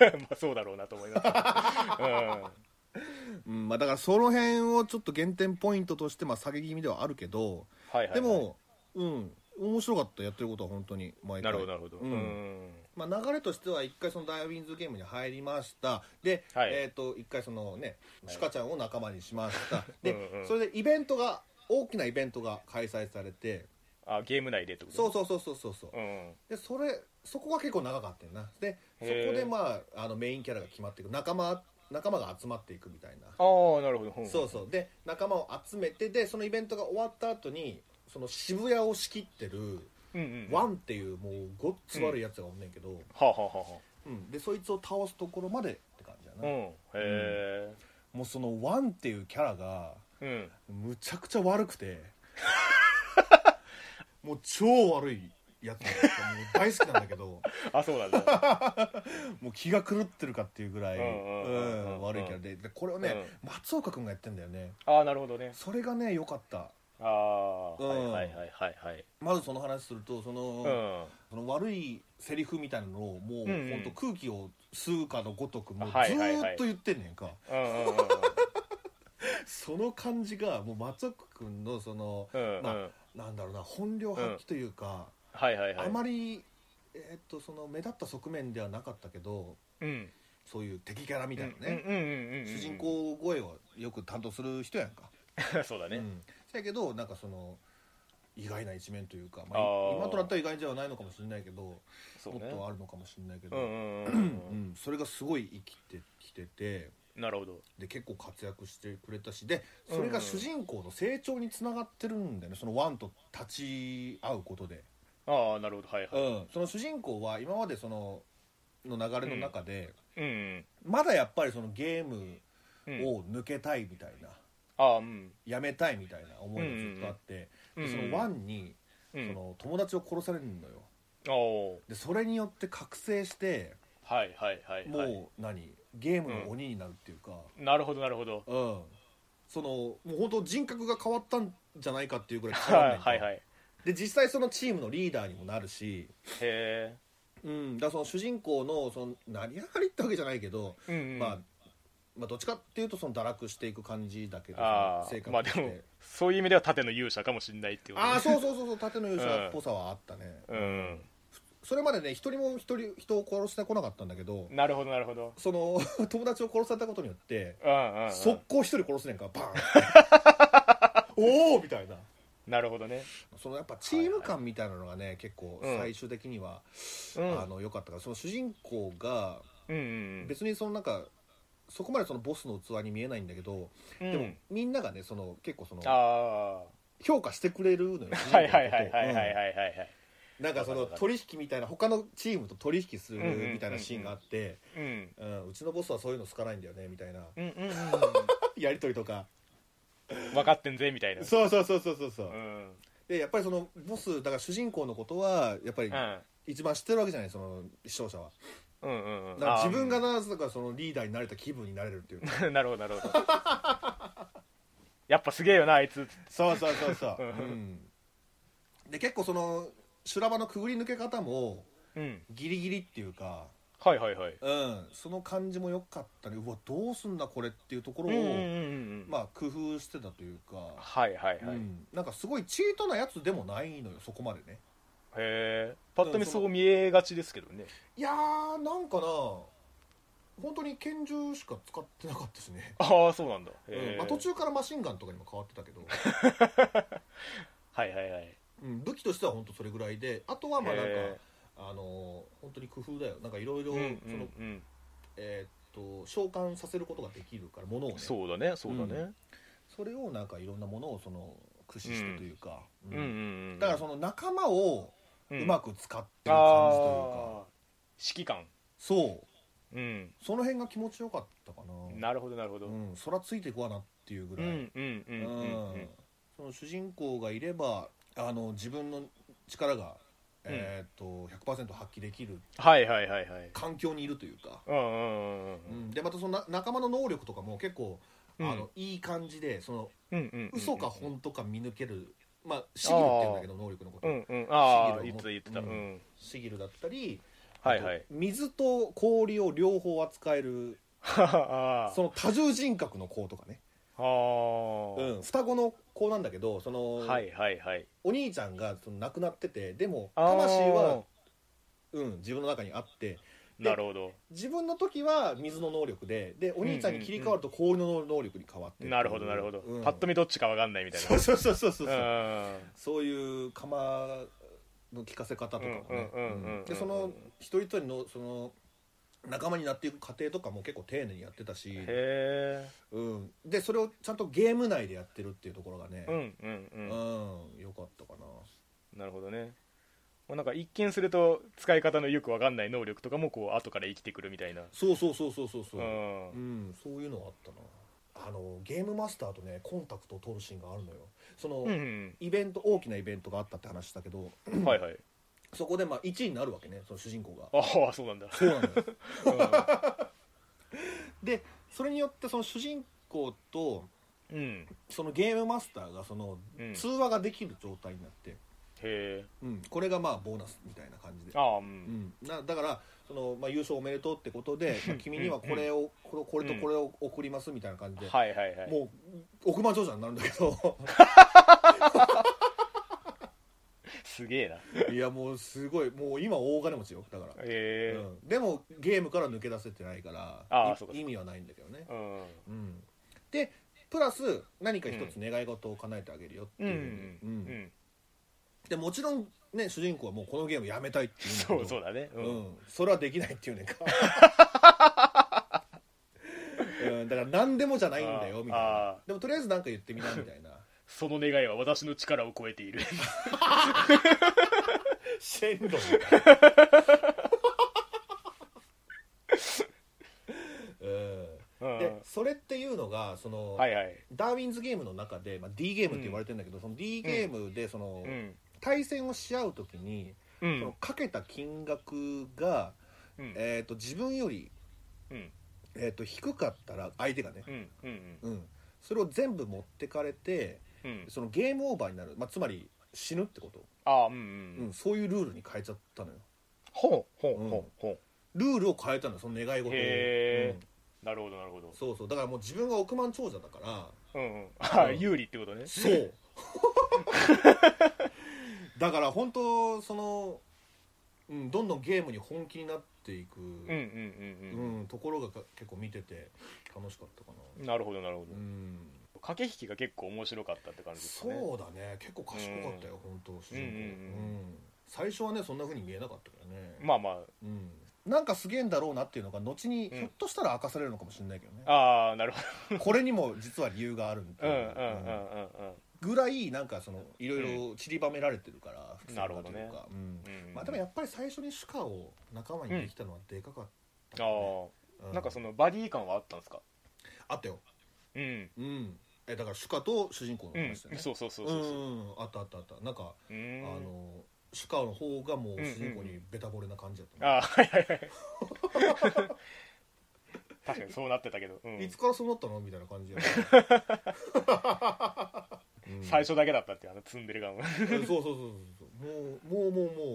S1: まあそうだろうなと思い ます、
S2: うん、まあだからその辺をちょっと減点ポイントとしてまあ下げ気味ではあるけど
S1: はいはいはい
S2: でも、うん、面白かった、やってることは本当に、毎
S1: な
S2: 回。
S1: るほどなるほど、う
S2: うんんまあ、流れとしては、一回、そのダイアウィンズゲームに入りました、で、
S1: はい
S2: えっ、と、一回、そのね、シュカちゃんを仲間にし ました、で、
S1: うんうん
S2: それでイベントが、大きなイベントが開催されて、
S1: あゲーム内でってこと
S2: そうそうそうそうそうそう、
S1: う、ん、
S2: で、それ、そこが結構長かったよな、で、そこ
S1: へー
S2: で、まあ、あのメインキャラが決まっていく、仲間、仲間が集まっていくみたい
S1: あ
S2: な。
S1: あなるほど、ほん
S2: そうそうで仲間を集めてでそのイベントが終わった後にその渋谷を仕切ってる
S1: うんうん
S2: ワンっていうもうごっつ悪いやつがおんねんけど、
S1: はあ、はあは
S2: うんでそいつを倒すところまでって感じだ
S1: あはあ、う
S2: な、
S1: んへえ
S2: もうそのワンっていうキャラが
S1: うん
S2: むちゃくちゃ悪 くてもう超悪いやつなんだけどもう大好きなんだ けど
S1: あそうなん だ
S2: もう気が狂ってるかっていうぐらい
S1: うんうんうんうん
S2: うん悪いキャラででこれをね、松岡君がやってんだよね
S1: ああなるほどね
S2: それがね良かった
S1: ああ、
S2: うん
S1: はいはいはいはい
S2: まずその話するとその、
S1: はい
S2: その悪いセリフみたいなのをもう
S1: うんうん
S2: 本当空気を吸うかのごとくもうず
S1: はいはいはい
S2: ーっと言ってんねんか、
S1: うんうんうんうん
S2: その感じがもう松岡君のその、
S1: うんうん
S2: まあなんだろうな本領発揮というか、
S1: はいはいはい
S2: あまり、えーっとその目立った側面ではなかったけど
S1: うん
S2: そういう敵キャラみ
S1: み
S2: たいなね、
S1: うんうんうんうんうん
S2: 主人公声をよく担当する人やんか、
S1: そうだ
S2: う
S1: ね
S2: ん、そやけどなんかその意外な一面というか、ま
S1: あ
S2: あ、
S1: ー
S2: 今となったら意外じゃないのかもしれないけど、
S1: そう
S2: もっ
S1: ね
S2: とあるのかもしれないけど、
S1: うんう
S2: うん
S1: うんうんうん
S2: んそれがすごい生きてきてて
S1: なるほど
S2: で結構活躍してくれたしでそれが主人公の成長につながってるんだよねそのワンと立ち会うことで、
S1: ああなるほどはいはい
S2: うんその主人公は今までそのの流れの中で、
S1: うんうん
S2: まだやっぱりそのゲーム
S1: うん
S2: を抜けたいみたいな。
S1: ああうん
S2: やめたいみたいな思いがずっとあって、
S1: うんうんうん
S2: でそのワンに、
S1: うん
S2: その友達を殺されるのよ
S1: おー
S2: でそれによって覚醒して
S1: はいはいはい
S2: も
S1: は
S2: う、
S1: い
S2: 何ゲームの鬼になるっていうか、
S1: なるほどなるほど
S2: うんそのもう本当人格が変わったんじゃないかっていうぐらい変わん
S1: は
S2: ね
S1: い
S2: ん
S1: はいはいへ
S2: で実際そのチームのリーダーにもなるし、
S1: え
S2: うん、だからその主人公のその成り上がりってわけじゃないけど、
S1: うんうん
S2: まあまあ、どっちかっていうとその堕落していく感じだけど
S1: あ
S2: 性
S1: あ
S2: 格
S1: まあ
S2: と
S1: で
S2: して
S1: もそういう意味では縦の勇者かもしれないってことね
S2: ああそうそうそうそう縦の勇者っぽさはあったね、
S1: うん
S2: それまでね一人も一人人を殺してこなかったんだけど
S1: なるほどなるほど
S2: その 友達を殺されたことによって
S1: うんうんうん
S2: 速攻一人殺すねんからバ ーンおおみたいな
S1: なるほどね
S2: そのやっぱチーム感みたいなのがね結構
S1: うん
S2: 最終的には、
S1: うん
S2: あの良かったからその主人公が
S1: うんうん
S2: 別にそのなんかそこまでそのボスの器に見えないんだけど、
S1: うん
S2: でもみんながねその結構その
S1: あ
S2: 評価してくれるのよ
S1: あはいはいはいはいはいはい
S2: い
S1: はいはい
S2: なんかそ
S1: わかる
S2: の
S1: わかる
S2: 取引みたいな他のチームと取引す
S1: うんうんうんう
S2: る
S1: ん
S2: みたいなシーンがあって、
S1: うん
S2: うん、うちのボスはそういうの好かないんだよねみたいな
S1: うんうん
S2: やり取りとか
S1: うん分かってんぜみたいな
S2: そうそうそうそうそうそう
S1: うん
S2: でやっぱりそのボスだから主人公のことはやっぱり
S1: うん
S2: 一番知ってるわけじゃないその視聴者は
S1: うんうんうん
S2: だから自分が
S1: あ
S2: なぜかそのリーダーになれた気分になれるっていうか
S1: ーうん なるほどなるほどやっぱすげえよなあいつ
S2: そうそうそうそうう、うん、で結構その修羅場のくぐり抜け方も
S1: うん
S2: ギリギリっていうか
S1: はいはいはい
S2: うんその感じも良かったねうわどうすんだこれっていうところを、
S1: うんうんうんうん
S2: まあ工夫してたというか、
S1: はいはいはい、
S2: うん、なんかすごいチートなやつでもないのよそこまでね
S1: へえぱっと見そう見えがちですけどね
S2: いやーなんかな本当に拳銃しか使ってなかったしね、
S1: ああそうなんだへ
S2: う
S1: え
S2: んまあ、途中からマシンガンとかにも変わってたけど、
S1: はいはいはい
S2: うん、武器としては本当それぐらいであとはまあなんか
S1: へ
S2: あのー本当に工夫だよなんかいろいろ
S1: うん
S2: その、
S1: うん
S2: えーっと召喚させることができるからものを
S1: う
S2: ね
S1: んそうだねそうだね
S2: それをなんかいろんなものをその駆使してというか、
S1: う
S2: うん
S1: んうんうん
S2: だからその仲間を
S1: う
S2: うま
S1: く
S2: く使って
S1: あ
S2: る感じという
S1: あ
S2: か、
S1: 指揮官
S2: そう
S1: うん
S2: その辺が気持ちよかったかな
S1: なるほどなるほどうん
S2: うん、そらついていくわなっていうぐ
S1: う
S2: らい、
S1: んうんうんうん
S2: うんその主人公がいればあの自分の力が、えー、と100%発揮できる
S1: はいはいはいはい
S2: 環境にいるというか、
S1: うんうんうん
S2: う
S1: うん
S2: ん、でまたそのな仲間の能力とかも結構、
S1: うん
S2: あのいい感じでその
S1: うんうんうん
S2: 嘘か本当か見抜ける、まあ、シギルって言うんだけど能力のこと、
S1: うんうんああ
S2: シギ
S1: 言って
S2: ルを
S1: た言ってたう
S2: うん
S1: ん
S2: シギルだったり、
S1: はいはい
S2: あと水と氷を両方扱える
S1: ははあー
S2: その多重人格の子とかね
S1: あー
S2: うん、双子の子なんだけどその、
S1: はいはいはい
S2: お兄ちゃんがその亡くなっててでも
S1: あー
S2: 魂は、うん、自分の中にあって
S1: なるほど
S2: 自分の時は水の能力ででお兄ちゃんに切り替わると氷の能力に変わって
S1: なるほどなるほど
S2: うん
S1: パッと見どっちかわかんないみたいな
S2: そうそうそうそうそう、
S1: うん
S2: そういう釜の効かせ方とかもね
S1: うんうんうんうん
S2: うんでその一人一人のその仲間になっていく過程とかも結構丁寧にやってたし、
S1: へ
S2: うん、でそれをちゃんとゲーム内でやってるっていうところがね
S1: え、うんうん
S2: う
S1: うんん
S2: よかったかな
S1: なるほどねまあなんか一見すると使い方のよくわかんない能力とかもこう後から生きてくるみたいな
S2: そうそうそうそうそうそうう、
S1: ん
S2: うん、そういうのはあったなあのゲームマスターとねコンタクトを取るシーンがあるのよその、
S1: うん
S2: イベント大きなイベントがあったって話したけど
S1: うんはいはい
S2: そこでまあ1位になるわけねその主人公が
S1: ああそうなんだ
S2: そうなのよ
S1: う
S2: でそれによってその主人公と
S1: んうん
S2: そのゲームマスターがその
S1: うんへ
S2: 通話ができる状態になって、
S1: え
S2: うん、これがまあボーナスみたいな感じで、
S1: ああう
S2: うんん、なだからその、まあ、優勝おめでとうってことで、まあ君にはこれをこれこれとこれを送りますみたいな感じで
S1: はいはいはい
S2: もう億万長者になるんだけど
S1: すげえない
S2: やもうすごいもう今大金持ちよだから、
S1: ええ
S2: うん、でもゲームから抜け出せてないから
S1: あー
S2: い
S1: そうかそうか
S2: 意味はないんだけどね、
S1: うん
S2: うん、でプラス何か一つ願い事を叶えてあげるよって
S1: う
S2: い
S1: ん
S2: う
S1: う
S2: ふうに、
S1: んう
S2: うん
S1: ん
S2: でもちろんね主人公はもうこのゲームやめたいって言うんだけ
S1: そうそ
S2: ど
S1: うだねう、
S2: うんん、それはできないっていうね んか、うん、だから何でもじゃないんだ
S1: あ
S2: よ
S1: ー
S2: みたいな
S1: あ
S2: でもとりあえず何か言ってみなみたいな
S1: その願いは私の力を超えている
S2: シェンロン
S1: う
S2: うんん、でそれっていうのがその、
S1: はいはい
S2: ダーウィンズゲームの中で、まあ、D ゲームって言われてるんだけど、その D ゲームでその、
S1: うん
S2: 対戦をし合う時に、
S1: う
S2: その
S1: ん
S2: かけた金額が、
S1: うん
S2: えー、と自分より、
S1: うん
S2: えー、と低かったら相手がね、
S1: うんうん
S2: うん、それを全部持ってかれて
S1: うん
S2: そのゲームオーバーになる、まあ、つまり死ぬってこと、
S1: ああうんう
S2: うんん、そういうルールに変えちゃったのよ
S1: ほうほう
S2: うん
S1: ほうほ
S2: ルールを変えたのよその願い事を、
S1: へー
S2: う
S1: うなるほどなるほど
S2: んそうそうだからもう自分が億万長者だから
S1: うんうんああ
S2: うん
S1: 有利ってことね
S2: そうだから本当その、うん、どんどんゲームに本気になってい
S1: う
S2: く、
S1: んうんうんうん
S2: うん、ところがか結構見てて楽しかったかな
S1: なるほどなるほど
S2: うん
S1: 駆け引きが結構面白かったって感じですかね
S2: そうだね結構賢かったよ、本当主人公、
S1: うんうんうん
S2: うん最初はねそんな風に見えなかったからね、
S1: まあま
S2: うん、なんかすげえんだろうなっていうのが後に
S1: うん
S2: ひょっとしたら明かされるのかもしれないけどね
S1: あ、ああなるほ
S2: これにも実は理由があるみた
S1: ど
S2: い
S1: うんうん
S2: な
S1: うんうんうん
S2: ぐらいなんかそのいろいろ散りばめられてるから、伏線が
S1: なるほどね
S2: というか、うん
S1: うん
S2: まあ、でもやっぱり最初に主家を仲間にできたのはでかかった、ね
S1: ああなんかそのバディ感はあったんですか
S2: あったよ、
S1: うん
S2: うん、えだから主家と主人公の
S1: うん
S2: 話だよね、
S1: そうそうそう
S2: う
S1: そ
S2: ん
S1: う
S2: う
S1: そうん
S2: うんあったあったあったなんか、
S1: う
S2: あ
S1: ん
S2: の主家の方がもう
S1: うんうん
S2: 主人公にベタ惚れな感じだったね、
S1: ああはいはいはい 確かにそうなってたけど、うん
S2: いつからそうなったのみたいな感じや、うん
S1: 最初だけだったっていうあのツンデレ感は
S2: そうそうそうそうもうもうもう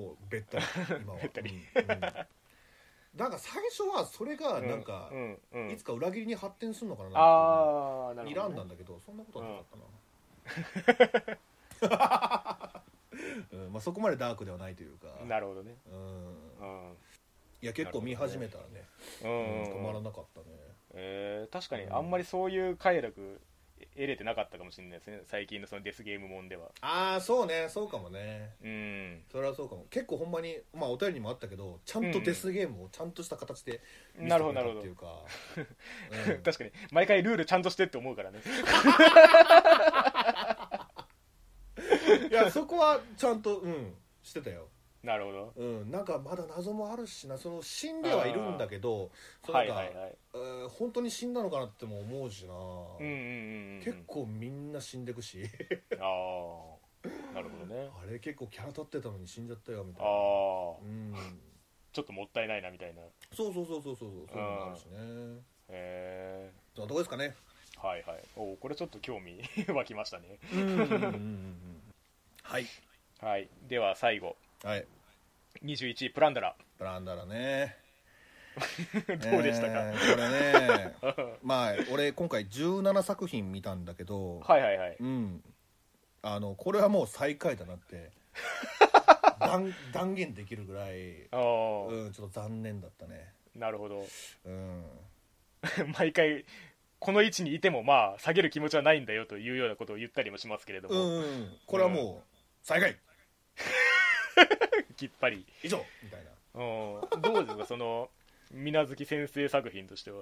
S2: もうべったり今は
S1: べったり
S2: うんうんなんか最初はそれがなんか
S1: う、んうんうん
S2: いつか裏切りに発展するのかななんて
S1: ああなるほど、
S2: 睨んだんだけどそんなことはなかったな、 うんまあ、そこまでダークではないというか
S1: なるほどね
S2: うん
S1: うん、うん
S2: いや結構見始めたらねうん止まらなかったね
S1: えー確かにあんまりそういう快楽得れてなかったかもしれないですね最近のそのデスゲームもんでは
S2: ああそうねそうかもね
S1: うん
S2: それはそうかも結構ほんまにまあお便りにもあったけどちゃんとデスゲームをちゃんとした形で見
S1: な
S2: せ
S1: る
S2: て
S1: ほど
S2: くれ
S1: な
S2: た
S1: る
S2: っ
S1: ほ
S2: て
S1: ど
S2: いうかうん
S1: 確かに毎回ルールちゃんとしてって思うからね
S2: いやそこはちゃんとうんしてたよ
S1: なるほど
S2: うんなんかまだ謎もあるしなその死んではいるんだけどその
S1: は
S2: なん
S1: い
S2: か、
S1: はいはい
S2: えー本当に死んだのかなっても思うしな、
S1: うんうんうんうん
S2: 結構みんな死んで くし
S1: ああなるほどね
S2: あれ結構キャラ立ってたのに死んじゃったよみた
S1: あ
S2: いな
S1: あ
S2: うん
S1: ちょっともったいないなみたいな
S2: そうそうそうそうそうそうそういうのもあるしね
S1: え
S2: さあどこですかね
S1: ー、はいはいおーこれちょっと興味 湧きましたね
S2: うんうんうんうんうんはい
S1: はいでは最後
S2: はい
S1: 21位プランダラ
S2: ブランダラ ね
S1: どうでしたか、
S2: えーこれね まあ俺今回17作品見たんだけど、
S1: はいはいはい
S2: うんあのこれはもう最下位だなって 断断言できるぐらい、
S1: ああ、
S2: うん、ちょっと残念だったね
S1: なるほど
S2: うん
S1: 毎回この位置にいてもまあ下げる気持ちはないんだよというようなことを言ったりもしますけれど
S2: う
S1: も、
S2: んうんこれはもう最下位
S1: きっぱり
S2: 以上みたいな
S1: うんどうですかその水無月先生作品としては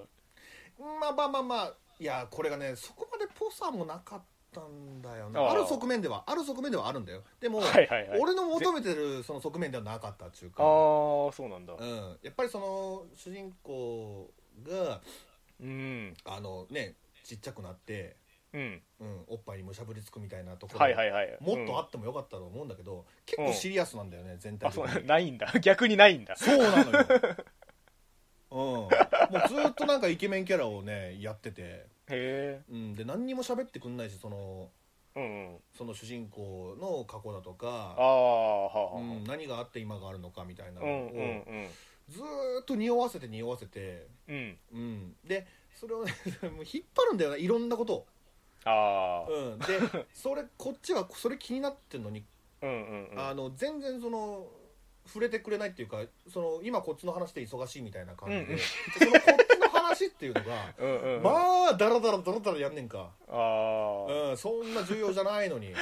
S2: まあまあまあまあいやこれがねそこまでぽさもなかったんだよな
S1: あ
S2: あ
S1: あ
S2: る側面ではある側面ではあるんだよでも、
S1: はいはいはい
S2: 俺の求めてるその側面ではなかったっていう
S1: ああそ
S2: か、
S1: うなんだ
S2: うん、やっぱりその主人公が
S1: うん
S2: あのねちっちゃくなって、
S1: うん
S2: うん、おっぱいにむしゃぶりつくみたいなところ、
S1: はいはいはい
S2: もっとあ
S1: っ
S2: ってもよかったと思うんだけど、結構シリアスなんだよね全体
S1: あ
S2: 的
S1: そう
S2: に
S1: なないんだ 逆にないんだ
S2: そうなのようん、もうずっとなんかイケメンキャラをねやってて、
S1: へ
S2: うん、で何にも喋ってくんないしその
S1: えうんうん
S2: その主人公の過去だと
S1: あ
S2: か、
S1: あはあはあ
S2: うん、何があって今があるのかみたいな
S1: う
S2: のを
S1: ん、うんうん
S2: ずーっと匂わせて匂わせて、
S1: うん
S2: うん、でそれをね もう引っ張るんだよないろんなこと
S1: ああ
S2: を、うん、でそれこっちはそれ気になってんのに
S1: うんうんうん
S2: あの全然その触れてくれないっていうかその今こっちの話で忙しいみたいな感じで、
S1: うんうん
S2: そのこっちの話っていうのが
S1: うん うんうん、あ
S2: まあダラダラダラダラやんねんか、
S1: あー
S2: うん、そんな重要じゃないのに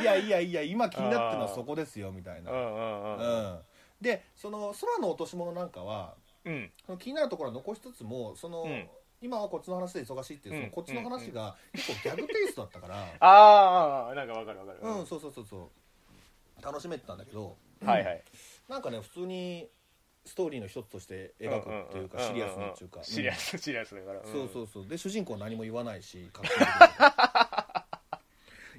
S2: いやいやいや今気になってるのはそこですよみたいな
S1: う、んうんうん
S2: うん、でその空の落とし物なんかは
S1: うん
S2: その気になるところは残しつつもその、
S1: うん
S2: 今はこっちの話で忙しいっていうその
S1: うん
S2: こっちの話が結構ギャグテイストだったから
S1: あーあーなんかわかるわかる
S2: うん、そうそうそうそう楽しめてたんだけど
S1: はいはい
S2: なんかね普通にストーリーの一つとして描くっていうか、
S1: んんん
S2: シリアスなっていうか、
S1: んシリア
S2: ス、
S1: スシリアスだから
S2: そうそううそうで主人公は何も言わない しかっこいい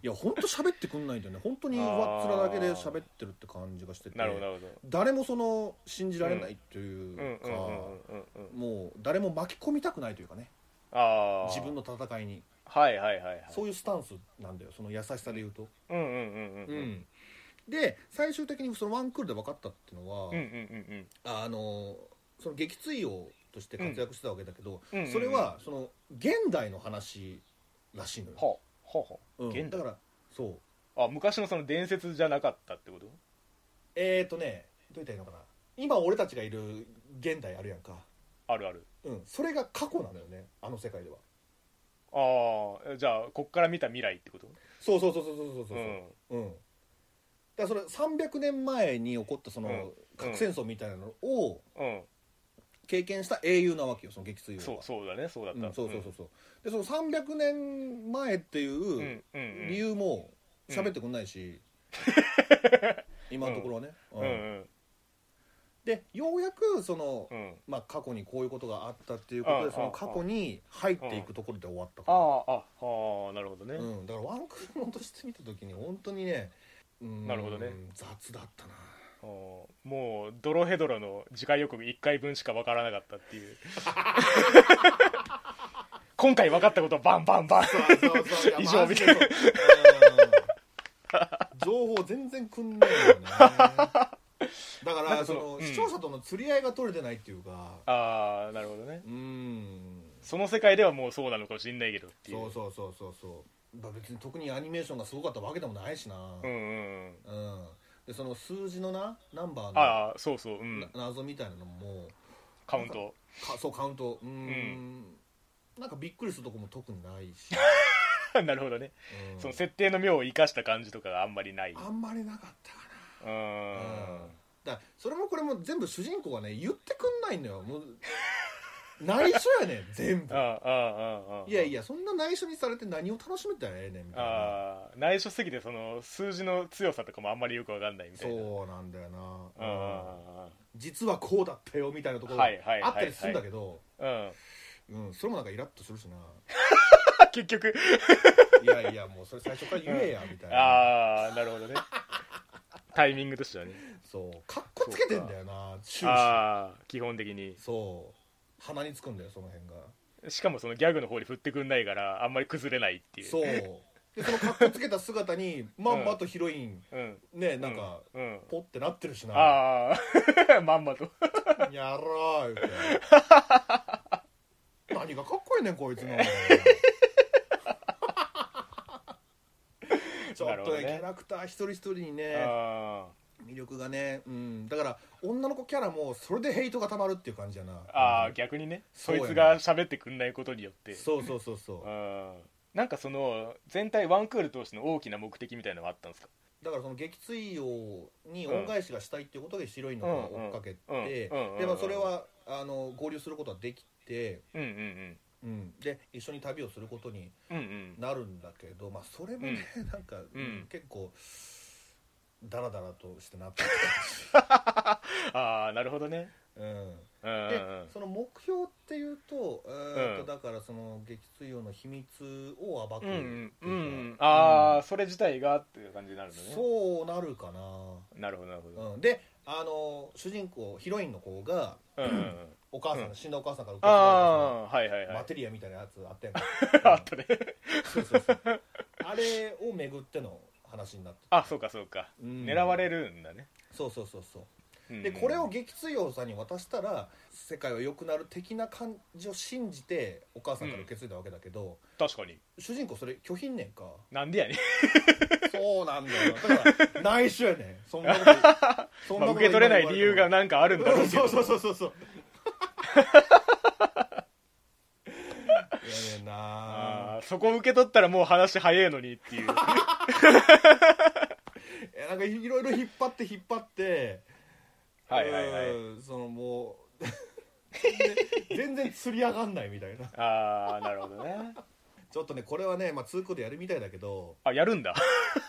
S2: いやほんと喋ってくんないんだよね本当に上っ面だけで喋ってるって感じがしてて
S1: んなるほどなるほど
S2: 誰もその信じられないという
S1: うんうん
S2: か、
S1: うんうんうんうん
S2: もう誰も巻き込みたくないというかね
S1: ああ
S2: 自分
S1: の
S2: の戦いに
S1: はいはいはいはい
S2: そういうスタンスなんだよその優しさで言うと、
S1: うんうんうんうんうん
S2: で最終的にそのワンクールで分かったっていうのは、
S1: うんうん
S2: あのその撃墜王として活躍してたわけだけど、
S1: うんうんうん
S2: それはその現代の話らしいのよ、
S1: はあはあは
S2: うん
S1: 現代
S2: だからそう
S1: ああ昔のその伝説じゃなかったってこと
S2: えーとねどう言ったらいいのかな今俺たちがいる現代あるやんか、
S1: あるある
S2: うん、それが過去なのよねあの世界では
S1: ああじゃあこっから見た未来ってこと
S2: そうそうそうそうそうそうそううんうん、だからそれ300年前に起こったその
S1: うん
S2: 核戦争みたいなのを
S1: うん
S2: 経験した英雄なわけよその撃墜王
S1: そう
S2: は
S1: そうだねそうだっ
S2: うん
S1: た
S2: そうそうそうそうでその300年前って
S1: う
S2: いう
S1: う
S2: ん
S1: んうん
S2: 理由も喋ってくんない し、今のところはね、
S1: うん
S2: う
S1: うんん
S2: でようやくその、
S1: うん
S2: まあ、過去にこういうことがあったっていうこと
S1: う
S2: で
S1: ん
S2: その過去に入っていくところで終わった
S1: あ
S2: から、
S1: あああなるほどね
S2: うん、だからワンクールもとして見た時に本当にねうん
S1: なるほどね
S2: 雑だったな
S1: あーもうドロヘドロの次回予告1回分しか分からなかったって いう今回分かったことをバンバンバン
S2: そうそうそういや
S1: 以上
S2: マジでそううん情報全然くんないよねだからその、
S1: うん
S2: 視聴者との釣り合いが取れてないっていうか
S1: ああなるほどね
S2: うん
S1: その世界ではもうそうなのかもしんないけどっていう
S2: そうそうそうそうそうまあ別に特にアニメーションがすごかったわけでもないしな
S1: うんうんうん
S2: うん、でその数字のなナンバーの
S1: ああそうそうう
S2: なん謎みたいなのも
S1: カウント
S2: かそうカウントうんなんかびっくりするとこも特にない し、
S1: なるほどね、
S2: うん
S1: その設定の妙を生かした感じとかがあんまりない
S2: あんまりなかったかな
S1: うん
S2: だからそれもこれも全部主人公がね言ってくんないのよもう内緒や ねん全部
S1: あああああ
S2: いやい
S1: や
S2: やそんな内緒にされて何を楽しめたらええねんみたいな
S1: ああ内緒すぎてその数字の強さとかもあんまりよく分かんないみたいな
S2: そうなんだよ
S1: うんう
S2: な、うん
S1: んうん
S2: 実はこうだったよみたいなところが
S1: はいはいはいはい
S2: あったりするんだけど、
S1: うんうん
S2: うん、それもなんかイラッと するしな
S1: 結局
S2: いやいやもうそれ最初から言えやみたいな
S1: ああなるほどねタイミングとしてはね
S2: そうかっこつけてんだよな終始
S1: ああ基本的に
S2: そう鼻につくんだよその辺が
S1: しかもそのギャグの方に振ってくんないからあんまり崩れないっていう
S2: そうでそのかっこつけた 姿にまんまとヒロイン
S1: うん
S2: ねなんか、
S1: うん、うん
S2: ポってなってるしな
S1: ああ まんまと
S2: やろうって 何がかっこいいねんこいつのちょっ
S1: なるほ
S2: と
S1: ど
S2: ね
S1: ね
S2: キャラクター一人一人にね
S1: あ
S2: 魅力がね、うん、だから女の子キャラもそれでヘイトがたまるっていう感じやな
S1: ーあ
S2: う
S1: ー
S2: ん
S1: 逆にね
S2: そ
S1: そう
S2: や
S1: い
S2: ね
S1: つが喋ってくんないことによって
S2: そうそうそうそう
S1: うんなんかその全体ワンクール通しての大きな目的みたいなのはあったんですか
S2: だからその撃墜王に恩返しがしたいっていうことで白いのを追っかけ
S1: うんうん
S2: て
S1: うんうん
S2: でまあそれはあの合流することはできて、
S1: うんうん
S2: うん、で一緒に旅をすることに
S1: うんうんうん
S2: なるんだけど、まあ、それもね、なんか、
S1: うん
S2: 結構ダラダラとし てなって
S1: ああなるほどね
S2: た、うん、
S1: うんうんう
S2: で
S1: ん
S2: その目標っていうと,、えー
S1: う
S2: と
S1: ん
S2: だからその撃墜王の秘密を暴く
S1: うんうんうんうん
S2: っていうか
S1: ああ、
S2: うん
S1: それ自体がっていう感じになるのね
S2: そうなるかな、
S1: なるほどなるほど、
S2: うん、であの主人公ヒロインの子が
S1: うんうんうん、
S2: お母さん、
S1: うん
S2: 死んだお母さんから受け継がれ
S1: ああーはいはい
S2: たその
S1: は
S2: マ
S1: い
S2: テリアみたいなやつあったやんか
S1: あったね
S2: そうそうそうあれを巡っての話になってて
S1: あそうかそうか、
S2: うん
S1: 狙われるんだね
S2: そうそうそうそう
S1: うん
S2: でこれを撃墜王さんに渡したら世界は良くなる的な感じを信じてお母さんから受け継いだわけだけど、
S1: 確かに
S2: 主人公それ拒否んねんか
S1: なんでやねん
S2: そうなんだよだから内緒やねんそんな ことそん
S1: まあ
S2: なこと
S1: 受け取れない理由がなんかあるんだろうけど
S2: そうそうそうそうそう やねんな
S1: あーそこ受け取ったらもう話早えのにっていう
S2: いやなんかい ろいろ引っ張って引っ張って
S1: はいはいはいう
S2: ーんそのもうで全然 釣り上がんないみたいな
S1: ああなるほどね
S2: ちょっとねこれはねまあ通行でやるみたいだけど
S1: あやるんだ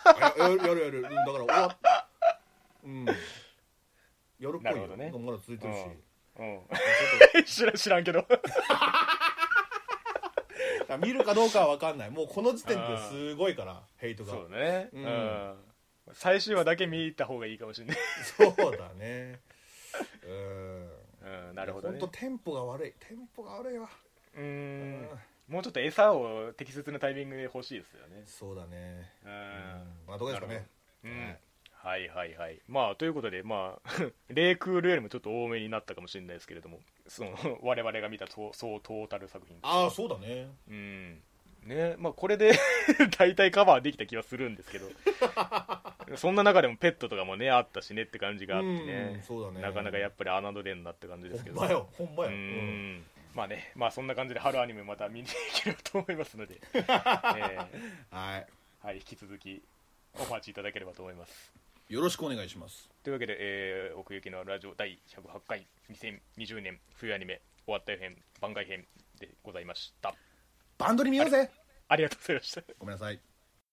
S2: あ ややるやるやるうんだから終わっうんやるっぽ
S1: ないるほ
S2: よ
S1: どね
S2: まだ続いてるし
S1: うんうん
S2: ち
S1: 知ら知らん けど
S2: ょっと 見るかどうかは分かんないもうこの時点ですごいからヘイトが
S1: そうだねう、
S2: うんん
S1: 最終話だけ見た方がいいかもしれない
S2: そうだねうん
S1: うんなるほどね
S2: 本当テンポが悪いテンポが悪いわ
S1: う
S2: うん
S1: もうちょっと餌を適切なタイミングで欲しいですよね
S2: そうだね
S1: う
S2: うんまあどうですかね
S1: うんはいはいはいまあということでまあ レイクールよりもちょっと多めになったかもしれないですけれどもその 我々が見たとそうトータル作品
S2: ああそうだね
S1: うんねまあこれで 大体カバーできた気はするんです けどそんな中でもペットとかもねあったしねって感じがあって
S2: うん
S1: ね
S2: そうだね
S1: なかなかやっぱり侮れんなって感じですけど
S2: ほんまよほんま
S1: う
S2: よ、うん
S1: んまあねまあそんな感じで春アニメまた見に行けると思いますの で、えー
S2: は
S1: はい引き続きお待ちいただければと思います
S2: いよろしくお願いします
S1: というわけで、えー奥行きのあるラジオ第108回2020年冬アニメ終わったよ編番外編でございました
S2: バンドに見ようぜ
S1: ありがとうございました
S2: ごめんなさい